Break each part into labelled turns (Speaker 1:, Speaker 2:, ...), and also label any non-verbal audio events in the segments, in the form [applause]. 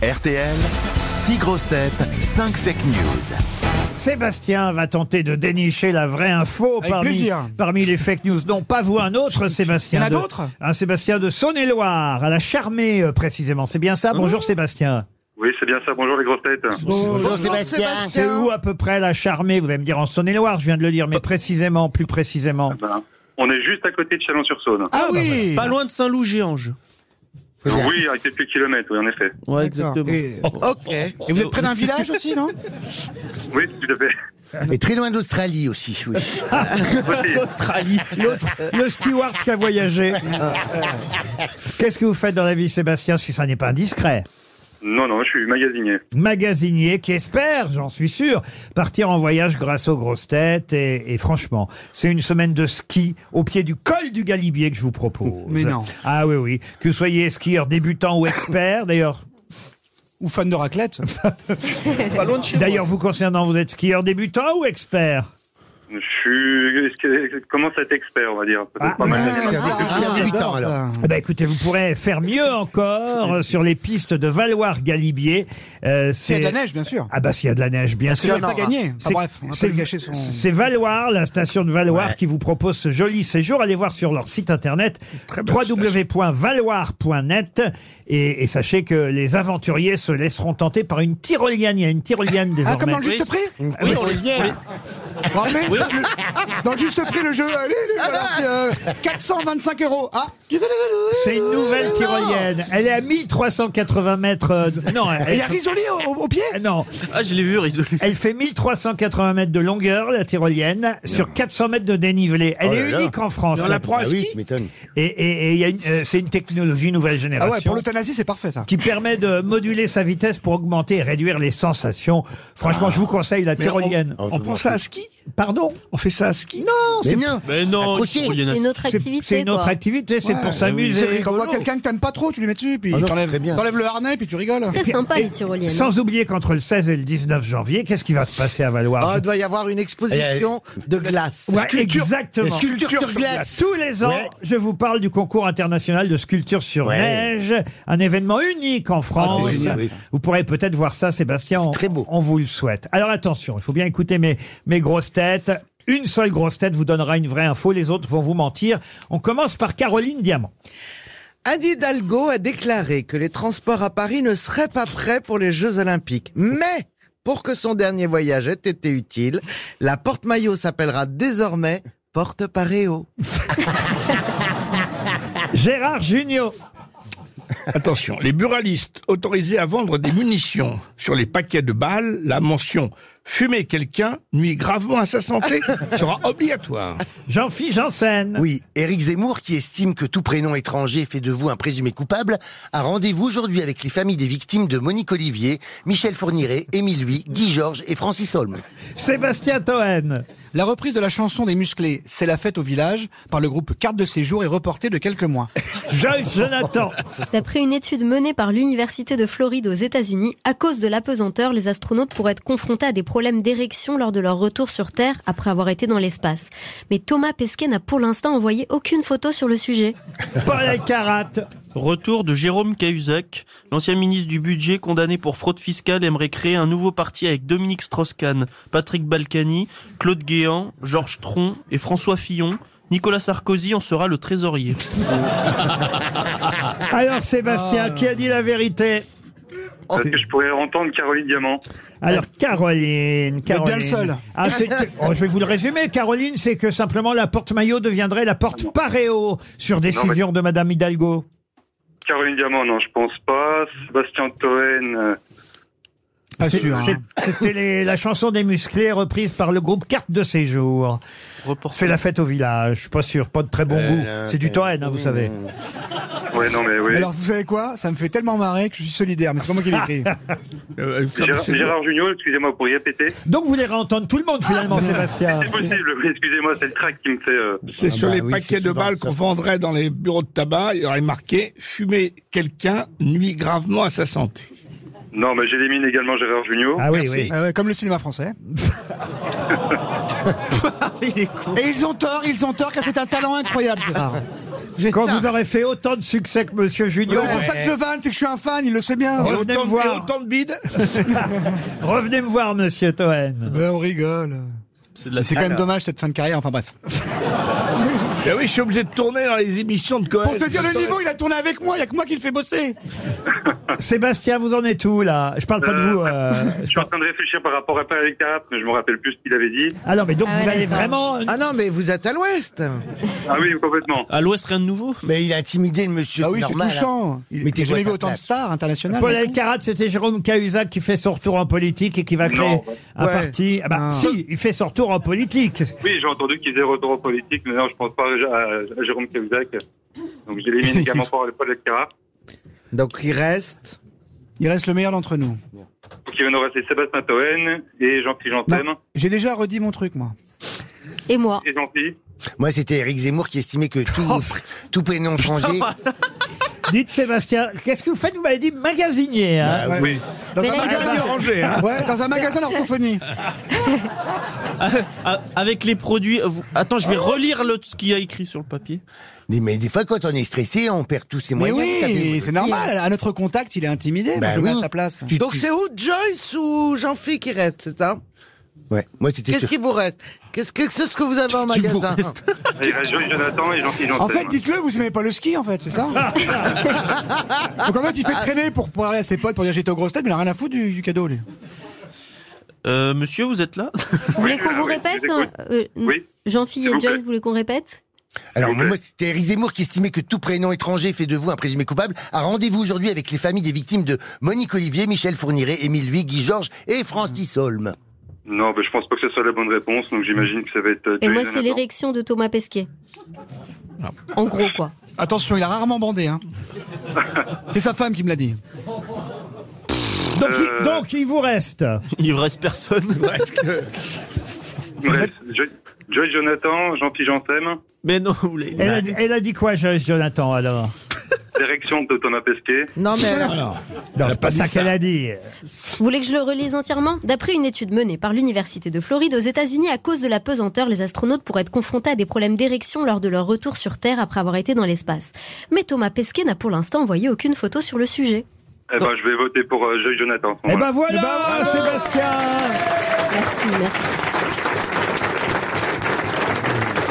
Speaker 1: RTL, 6 grosses têtes, 5 fake news.
Speaker 2: Sébastien va tenter de dénicher la vraie info
Speaker 3: Avec
Speaker 2: parmi,
Speaker 3: plaisir.
Speaker 2: parmi les fake news. Non, pas vous, un autre Sébastien.
Speaker 3: Il y en a
Speaker 2: de-
Speaker 3: d'autres
Speaker 2: Un Sébastien de Saône-et-Loire, à la Charmée euh, précisément. C'est bien
Speaker 3: Ah
Speaker 2: ça Bonjour Sébastien.
Speaker 4: Oui, c'est bien ça. Bonjour les grosses têtes.
Speaker 5: Bonjour
Speaker 2: C'est où à peu près la Charmée Vous allez me dire en Saône-et-Loire, je viens de le dire, mais précisément, plus précisément.
Speaker 4: Ben, on est juste à côté de Chalon-sur-Saône.
Speaker 3: Ah oui
Speaker 5: Pas loin de Saint-Loup-Géange.
Speaker 4: Oui, à quelques kilomètres, oui, en effet.
Speaker 5: Ouais,
Speaker 3: D'accord.
Speaker 5: exactement.
Speaker 3: Et, et vous êtes près d'un village aussi, non
Speaker 4: Oui, tout à fait.
Speaker 6: Et très loin d'Australie aussi, oui.
Speaker 4: Aussi.
Speaker 2: L'autre, le steward qui a voyagé. Qu'est-ce que vous faites dans la vie, Sébastien, si ça n'est pas indiscret
Speaker 4: Non, non, je suis magasinier.
Speaker 2: magasinier qui espère, j'en suis sûr, partir en voyage grâce aux grosses têtes. Et, et franchement, c'est une semaine de ski au pied du col du Galibier que je vous propose.
Speaker 3: Mais non.
Speaker 2: Ah oui, oui. Que vous soyez skieur débutant ou expert, d'ailleurs.
Speaker 3: Ou fan de raclette
Speaker 5: Pas loin de chez
Speaker 2: D'ailleurs, vous concernant, vous êtes skieur débutant ou expert
Speaker 4: Je suis. est-ce que- Commence à être expert, on va dire. Peut-être
Speaker 2: Ah.
Speaker 4: pas mal d'années.
Speaker 3: Ah,
Speaker 6: débutant,
Speaker 3: j'adore,
Speaker 6: alors.
Speaker 3: ça.
Speaker 2: Eh ben, écoutez, vous pourrez faire mieux encore euh, sur les pistes de Valoir-Galibier. Euh,
Speaker 3: S'il y a
Speaker 2: c'est
Speaker 3: de la neige, bien sûr.
Speaker 2: Ah bah s'il y a de la neige, bien
Speaker 3: Tu
Speaker 2: sûr. ah,
Speaker 3: n'as pas gagné. Enfin,
Speaker 2: C'est-
Speaker 3: bref, on va pas
Speaker 2: c'est-
Speaker 3: lui gâcher son...
Speaker 2: C'est Valoir, la station de Valoir, qui vous propose ce joli séjour. Allez voir sur leur site internet www.valoir.net et, et sachez que les aventuriers se laisseront tenter par une tyrolienne. Il y a une tyrolienne désormais.
Speaker 3: Ah, comme dans le juste prix
Speaker 2: Oui,
Speaker 3: Vous vous rappelez Dans le juste prix, le jeu, allez, les gars, c'est euh, 425 euros. Ah
Speaker 2: C'est une nouvelle tyrolienne. Elle est à 1380 mètres. euh, Non,
Speaker 3: Et il y a
Speaker 2: elle,
Speaker 3: Risoli au, au- au pied
Speaker 2: non,
Speaker 5: Ah, je l'ai vu, résolu.
Speaker 2: elle fait 1380 mètres de longueur, la tyrolienne, sur 400 mètres de dénivelé. Elle
Speaker 6: Oh
Speaker 2: est
Speaker 6: là là.
Speaker 2: unique en France.
Speaker 3: Et on la prend à
Speaker 6: Ah oui,
Speaker 3: ski
Speaker 6: tu m'étonnes.
Speaker 2: Et, et- et il y a une- euh, c'est une technologie nouvelle
Speaker 3: Ah
Speaker 2: génération.
Speaker 3: ouais, pour l'euthanasie, c'est parfait, ça.
Speaker 2: qui permet de moduler sa vitesse pour augmenter et réduire les sensations. Franchement, je vous conseille la tyrolienne.
Speaker 6: on
Speaker 3: prend ça à ski
Speaker 2: Pardon
Speaker 3: On fait ça à ski
Speaker 6: Mais non,
Speaker 5: Mais non,
Speaker 6: Accroché.
Speaker 5: il y en a-
Speaker 7: C'est une autre
Speaker 2: C'est-
Speaker 7: activité.
Speaker 2: C'est une autre
Speaker 7: quoi.
Speaker 2: activité, c'est
Speaker 3: Ouais,
Speaker 2: pour
Speaker 3: C'est
Speaker 2: s'amuser.
Speaker 3: quand on voit quelqu'un que t'aimes pas trop, tu lui mets dessus, puis
Speaker 6: Ah non,
Speaker 3: t'enlèves
Speaker 6: très bien.
Speaker 3: t'enlèves le harnais, puis tu rigoles.
Speaker 7: Très sympa, les tyroliennes.
Speaker 2: Sans oublier qu'entre le 16 et le 19 janvier, qu'est-ce qui va se passer à Valoir
Speaker 3: Ah,
Speaker 8: Oh, il doit y avoir une
Speaker 6: Eh,
Speaker 8: exposition de glace.
Speaker 2: Ouais, exactement.
Speaker 8: Sculpture sur glace.
Speaker 2: Tous les ans,
Speaker 6: Ouais.
Speaker 2: je vous parle du concours international de sculpture sur
Speaker 6: Ouais. Ah,
Speaker 2: neige, un événement unique en France.
Speaker 6: c'est génial, oui.
Speaker 2: Vous pourrez peut-être voir ça, Sébastien. on-
Speaker 6: très beau.
Speaker 2: On vous le souhaite. Alors attention, il faut bien écouter mes, mes grosses têtes. Une seule grosse tête vous donnera une vraie info, les autres vont vous mentir. On commence par Caroline Diamant.
Speaker 8: Anne Hidalgo a déclaré que les transports à Paris ne seraient pas prêts pour les Jeux Olympiques. Mais, pour que son dernier voyage ait été utile, la porte-maillot s'appellera désormais Porte Paréo.
Speaker 2: Gérard Junior.
Speaker 9: [laughs] Attention, les buralistes autorisés à vendre des munitions sur les paquets de balles, la mention fumer quelqu'un nuit gravement à sa santé
Speaker 3: [laughs]
Speaker 9: sera obligatoire.
Speaker 2: Jean-Philippe Janssen.
Speaker 6: Oui, Éric Zemmour, qui estime que tout prénom étranger fait de vous un présumé coupable, a rendez-vous aujourd'hui avec les familles des victimes de Monique Olivier, Michel Fourniret, Émile Louis, Guy Georges et Francis Holm.
Speaker 2: Sébastien Toen.
Speaker 3: La reprise de la chanson des musclés, C'est la fête au village, par le groupe Carte de séjour est reportée de quelques mois.
Speaker 2: Joyce Jonathan.
Speaker 6: [laughs]
Speaker 7: D'après une étude menée par l'Université de Floride aux États-Unis, à cause de l'apesanteur, les astronautes pourraient être confrontés à des problèmes d'érection lors de leur retour sur Terre après avoir été dans l'espace. Mais Thomas Pesquet n'a pour l'instant envoyé aucune photo sur le sujet.
Speaker 2: Paul Elkarat.
Speaker 5: Retour de Jérôme Cahuzac, l'ancien ministre du budget condamné pour fraude fiscale aimerait créer un nouveau parti avec Dominique Strauss-Kahn, Patrick Balkany, Claude Guéant, Georges Tron et François Fillon. Nicolas Sarkozy en sera le trésorier.
Speaker 2: Alors Sébastien, qui a dit la vérité
Speaker 4: Parce que je pourrais entendre Caroline Diamant.
Speaker 2: Alors Caroline, Caroline.
Speaker 3: bien le seul.
Speaker 2: Ah, c'est- oh, je vais vous le résumer. Caroline, c'est que simplement la porte maillot deviendrait la porte paréo sur décision de Madame Hidalgo.
Speaker 4: Caroline Diamant, non, je pense pas. Sébastien Toen. euh,
Speaker 3: Pas
Speaker 2: C'est-
Speaker 3: sûr. hein.
Speaker 2: c'est- C'était les- la chanson des musclés reprise par le groupe Carte de séjour.
Speaker 5: Reporter.
Speaker 2: C'est la fête au village. Je suis pas sûr, pas de très bon goût.
Speaker 6: là,
Speaker 2: C'est du Toen, hein, vous savez.
Speaker 4: Ouais, non, mais
Speaker 3: [laughs]
Speaker 4: oui.
Speaker 3: Alors, vous savez quoi Ça me fait tellement marrer que je suis solidaire, mais c'est pas moi qui l'ai écrit.
Speaker 9: Euh,
Speaker 4: Gérard,
Speaker 9: c'est-
Speaker 4: Gérard Jugnot, excusez-moi, vous pourriez répéter
Speaker 2: Donc vous voulez entendre tout le monde finalement, Sébastien.
Speaker 4: C'est possible, mais excusez-moi, c'est le track qui me fait. euh,
Speaker 9: [laughs] c'est
Speaker 6: Ah
Speaker 9: sur
Speaker 6: bah
Speaker 9: les
Speaker 6: oui, c'est
Speaker 9: paquets de
Speaker 6: souvent
Speaker 9: balles
Speaker 6: ça.
Speaker 9: qu'on vendrait dans les bureaux de tabac, il y aurait marqué fumer quelqu'un nuit gravement à sa santé.
Speaker 4: Non, mais j'élimine également Gérard Jugnot.
Speaker 2: Ah oui,
Speaker 9: Merci.
Speaker 2: oui.
Speaker 3: Ah ouais, comme le cinéma français. Et ils ont tort, ils ont tort, car c'est un talent incroyable, Gérard.
Speaker 2: Quand
Speaker 8: Putain.
Speaker 2: vous aurez fait autant de succès que Monsieur Junior,
Speaker 3: C'est pour ça que je le vanne, c'est que je suis un fan, il le sait bien.
Speaker 9: Et
Speaker 2: Revenez
Speaker 9: autant,
Speaker 2: me voir.
Speaker 9: et autant de bides
Speaker 2: [laughs] revenez me voir, Monsieur Toen.
Speaker 3: Ben, on rigole.
Speaker 5: C'est de la
Speaker 3: C'est quand même dommage cette fin de carrière, enfin bref.
Speaker 9: [laughs] Ben oui, je suis obligé de tourner dans les émissions de Cohen.
Speaker 3: Pour te dire le niveau, il a tourné avec moi, il n'y a que moi qui le fais bosser.
Speaker 2: Sébastien, vous en êtes où là Je parle pas de
Speaker 4: Euh,
Speaker 2: vous. euh,
Speaker 4: Je suis en train de réfléchir par rapport à Paris Carap, mais je me rappelle plus ce qu'il avait dit.
Speaker 2: Ah non, mais donc
Speaker 7: Ah ouais,
Speaker 2: vous allez
Speaker 7: d'accord.
Speaker 2: vraiment.
Speaker 8: Ah non, mais vous êtes à l'ouest.
Speaker 4: Ah oui, complètement.
Speaker 5: À l'ouest, rien de nouveau
Speaker 6: Mais il a intimidé le monsieur.
Speaker 3: Ah oui, c'est
Speaker 6: normal, hein.
Speaker 3: touchant. Il-
Speaker 6: Mais
Speaker 3: J'ai
Speaker 6: t'es
Speaker 3: jamais
Speaker 6: quoi,
Speaker 3: vu autant
Speaker 6: ta
Speaker 3: de
Speaker 6: place
Speaker 3: stars internationales.
Speaker 2: Paul Elkarat, c'était Jérôme Cahuzac qui fait son retour en politique et qui va créer un
Speaker 8: Ouais.
Speaker 2: parti. Ah bah,
Speaker 3: Ah.
Speaker 2: si, il fait son retour en politique.
Speaker 4: Oui, j'ai entendu qu'il faisait retour en politique, mais non, je pense pas à, à Jérôme Cahuzac. Donc j'ai éliminé
Speaker 3: [laughs]
Speaker 4: également pour Paul Carap.
Speaker 8: Donc il reste.
Speaker 3: Il reste le meilleur d'entre nous.
Speaker 4: Donc il va nous rester Sébastien Toen et Jean-Pierre Janssen.
Speaker 3: Non, J'ai déjà redit mon truc, moi.
Speaker 7: Et moi
Speaker 4: Et Jean-Pierre.
Speaker 6: Moi, c'était Eric Zemmour qui estimait que tout, tout prénom changé.
Speaker 2: Dites Sébastien, qu'est-ce que vous faites Vous m'avez dit magasinier. hein.
Speaker 3: Ouais. Dans,
Speaker 7: Mais
Speaker 3: un
Speaker 7: là, il doit-
Speaker 3: magasin,
Speaker 9: Orangé, hein.
Speaker 3: ouais, dans un magasin d'orthophonie.
Speaker 5: Ah, Avec les produits. euh, vous- Attends, je vais relire le- ce qu'il y a écrit sur le papier.
Speaker 6: Des- Mais des fois, quand on est stressé, on perd tous ses
Speaker 3: Mais
Speaker 6: moyens.
Speaker 3: oui,
Speaker 6: t'as
Speaker 3: c'est
Speaker 6: vu.
Speaker 3: normal. À notre contact, il est intimidé.
Speaker 6: Bah
Speaker 3: Moi, je le mets
Speaker 6: oui.
Speaker 3: à sa place.
Speaker 6: Tu-
Speaker 8: Donc
Speaker 6: tu-
Speaker 8: c'est où Joyce ou Jean-Philippe qui reste, c'est ça
Speaker 6: Ouais. Moi, c'était
Speaker 8: Qu'est-ce
Speaker 6: sûr.
Speaker 8: qui vous reste Qu'est-ce que c'est ce que vous avez en
Speaker 6: Qu'est-ce qui vous
Speaker 8: magasin
Speaker 6: reste
Speaker 4: Ah, Il reste Jean- Jonathan et Jean-Pierre Janssen.
Speaker 3: En fait, dites-le, vous aimez pas le ski, en fait, c'est ça
Speaker 8: [laughs]
Speaker 3: Donc en fait, il fait traîner pour parler à ses potes pour dire j'étais au gros tête, mais il a rien à foutre du, du cadeau, lui.
Speaker 5: Euh, monsieur, vous êtes là [laughs]
Speaker 7: Vous voulez qu'on
Speaker 4: Ah
Speaker 7: vous
Speaker 4: oui,
Speaker 7: répète
Speaker 4: je vous écoute.
Speaker 7: euh, euh,
Speaker 4: Oui. S'il
Speaker 7: Jean-Philippe et
Speaker 4: vous
Speaker 7: Joyce,
Speaker 4: plaît.
Speaker 7: vous voulez qu'on répète
Speaker 6: Alors,
Speaker 4: S'il vous plaît.
Speaker 6: moi, c'était Eric Zemmour qui estimait que tout prénom étranger fait de vous un présumé coupable. A rendez-vous aujourd'hui avec les familles des victimes de Monique Olivier, Michel Fourniret, Émile Louis, Guy Georges et Francis Holm.
Speaker 4: Non, bah, je pense pas que ce soit la bonne réponse, donc j'imagine que ça va être. euh,
Speaker 7: Et
Speaker 4: Johnny
Speaker 7: moi, c'est
Speaker 4: Jonathan.
Speaker 7: l'érection de Thomas Pesquet.
Speaker 4: Ah.
Speaker 7: En gros, quoi.
Speaker 3: Attention, il a rarement bandé,
Speaker 8: [laughs]
Speaker 3: hein. C'est sa femme qui me l'a dit.
Speaker 2: Donc, il,
Speaker 4: Euh.
Speaker 2: donc il vous reste.
Speaker 5: Il reste personne.
Speaker 4: Il nous reste Joy Joy Jonathan, Jean-Pierre Janssen,
Speaker 5: Mais non, vous l'avez.
Speaker 2: Elle a, dit- elle a dit quoi, Joyce Jonathan, alors
Speaker 4: l'érection de Thomas Pesquet.
Speaker 8: Non mais alors,
Speaker 2: Non,
Speaker 9: a
Speaker 2: c'est
Speaker 9: pas
Speaker 2: pas
Speaker 9: dit
Speaker 2: ça
Speaker 9: ça.
Speaker 2: qu'elle a dit. Eh
Speaker 7: Vous voulez que je le relise entièrement D'après une étude menée par l'Université de Floride aux États-Unis, à cause de la pesanteur, les astronautes pourraient être confrontés à des problèmes d'érection lors de leur retour sur Terre après avoir été dans l'espace. Mais Thomas Pesquet n'a pour l'instant envoyé aucune photo sur le sujet.
Speaker 4: Eh ben, je vais voter pour euh, Joy Jonathan.
Speaker 2: Eh ben
Speaker 4: Voilà.
Speaker 2: voilà, Sébastien
Speaker 7: Merci, merci.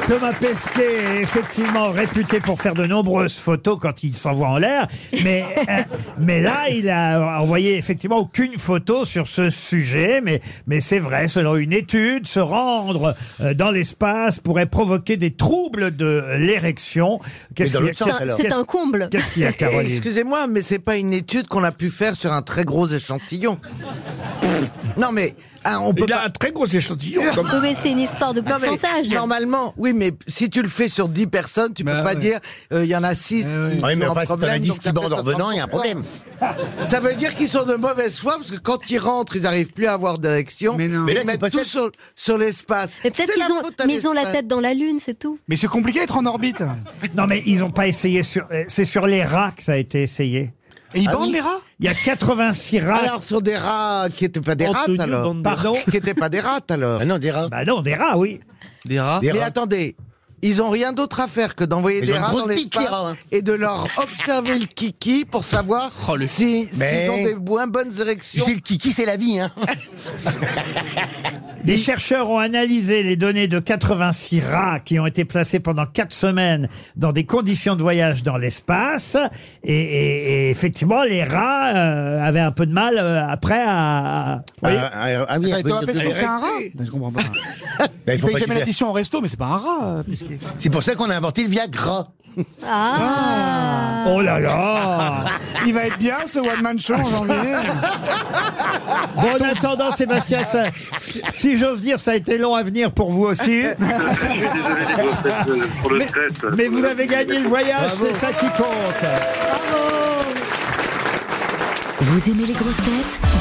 Speaker 2: Thomas Pesquet est effectivement réputé pour faire de nombreuses photos quand il s'envoie en l'air,
Speaker 7: [laughs]
Speaker 2: mais, euh, mais là, il a envoyé effectivement aucune photo sur ce sujet, mais, mais c'est vrai, selon une étude, se rendre euh, dans l'espace pourrait provoquer des troubles de l'érection. Qu'est-ce qu'il y a-
Speaker 6: Mais dans l'autre sens,
Speaker 2: qu'est-ce-
Speaker 6: alors.
Speaker 7: C'est
Speaker 2: qu'est-ce-
Speaker 7: un comble.
Speaker 2: Qu'est-ce qu'il y a,
Speaker 7: [laughs]
Speaker 8: Eh,
Speaker 2: Caroline
Speaker 8: Excusez-moi, mais c'est pas une étude qu'on a pu faire sur un très gros échantillon. non mais ah, on peut
Speaker 9: Il a
Speaker 8: pas.
Speaker 9: un très gros échantillon. comme-
Speaker 7: Oui, mais c'est une histoire de
Speaker 8: Non, mais
Speaker 7: pourcentage.
Speaker 8: normalement, oui, mais si tu le fais sur 10 personnes, tu peux
Speaker 3: Bah,
Speaker 8: pas
Speaker 3: ouais.
Speaker 8: dire euh, il y en a 6 qui,
Speaker 6: Oui,
Speaker 8: qui
Speaker 6: mais
Speaker 8: ont
Speaker 6: enfin,
Speaker 8: un
Speaker 6: si t'en
Speaker 8: problème.
Speaker 6: as 10
Speaker 8: donc
Speaker 6: qui
Speaker 8: ça
Speaker 6: bandent
Speaker 8: fait
Speaker 6: en revenant, il y a un
Speaker 8: 60%.
Speaker 6: problème.
Speaker 8: [laughs] Ça veut dire qu'ils sont de mauvaise foi parce que quand ils rentrent, ils arrivent plus à avoir d'érection.
Speaker 3: Mais non.
Speaker 6: Mais là,
Speaker 8: ils
Speaker 6: c'est
Speaker 8: mettent
Speaker 6: pas
Speaker 8: tout
Speaker 6: ça.
Speaker 8: sur, sur l'espace.
Speaker 7: Mais peut-être
Speaker 8: C'est la
Speaker 7: qu'ils ont,
Speaker 8: faute à
Speaker 7: mais ils ont la
Speaker 8: l'espace.
Speaker 7: tête dans la lune, c'est tout.
Speaker 3: Mais c'est compliqué d'être en orbite.
Speaker 2: Non, mais ils n'ont pas essayé sur. euh, C'est sur les rats que ça a été essayé.
Speaker 3: Et il
Speaker 6: Ah
Speaker 3: bande
Speaker 6: oui.
Speaker 3: les rats
Speaker 2: Il y a 86 rats.
Speaker 8: Alors sur des rats qui étaient pas des rats
Speaker 5: Antonio
Speaker 8: alors.
Speaker 5: Banderas.
Speaker 2: Pardon
Speaker 8: Qui étaient pas des rats alors.
Speaker 6: Ah non, des rats.
Speaker 2: Bah non, des rats, oui.
Speaker 5: Des rats.
Speaker 6: Des
Speaker 8: Mais
Speaker 6: rats.
Speaker 8: attendez, ils ont rien d'autre à faire que d'envoyer
Speaker 6: Ils
Speaker 8: des
Speaker 6: ont une
Speaker 8: rats
Speaker 6: grosse
Speaker 8: dans
Speaker 6: pique, les rats,
Speaker 8: l'espace
Speaker 6: hein.
Speaker 8: et de leur observer le kiki pour savoir
Speaker 5: Oh, le-
Speaker 8: si
Speaker 6: Mais-
Speaker 8: s'ils ont des moins bonnes
Speaker 6: Tu
Speaker 8: érections.
Speaker 6: sais, le kiki, c'est la vie, hein.
Speaker 2: Des chercheurs ont analysé les données de 86 rats qui ont été placés pendant 4 semaines dans des conditions de voyage dans l'espace. Et, et- et effectivement, les rats euh, avaient un peu de mal euh, après à...
Speaker 6: Ah, ah, ah oui,
Speaker 3: Bah,
Speaker 6: ah,
Speaker 3: Thomas
Speaker 6: oui,
Speaker 3: Pesquet,
Speaker 6: oui.
Speaker 3: c'est un rat Je comprends pas.
Speaker 6: Bah, il
Speaker 3: Il
Speaker 6: faut
Speaker 3: paye jamais
Speaker 6: pas qu'il-
Speaker 3: l'addition au resto, mais c'est pas un rat. euh, Pesquet.
Speaker 6: C'est pour ça qu'on a inventé le Viagra.
Speaker 7: Ah.
Speaker 2: Oh là là
Speaker 3: Il va être bien ce one man show en janvier.
Speaker 2: Bon, en attendant, Sébastien, ça- si, si j'ose dire, ça a été long à venir pour Eh ben, vous aussi.
Speaker 4: [laughs] Je suis désolé les grosses têtes, euh, pour le
Speaker 2: Mais,
Speaker 4: stress.
Speaker 2: mais vous avez gagné le voyage, c'est ça qui compte.
Speaker 10: Vous aimez les grosses têtes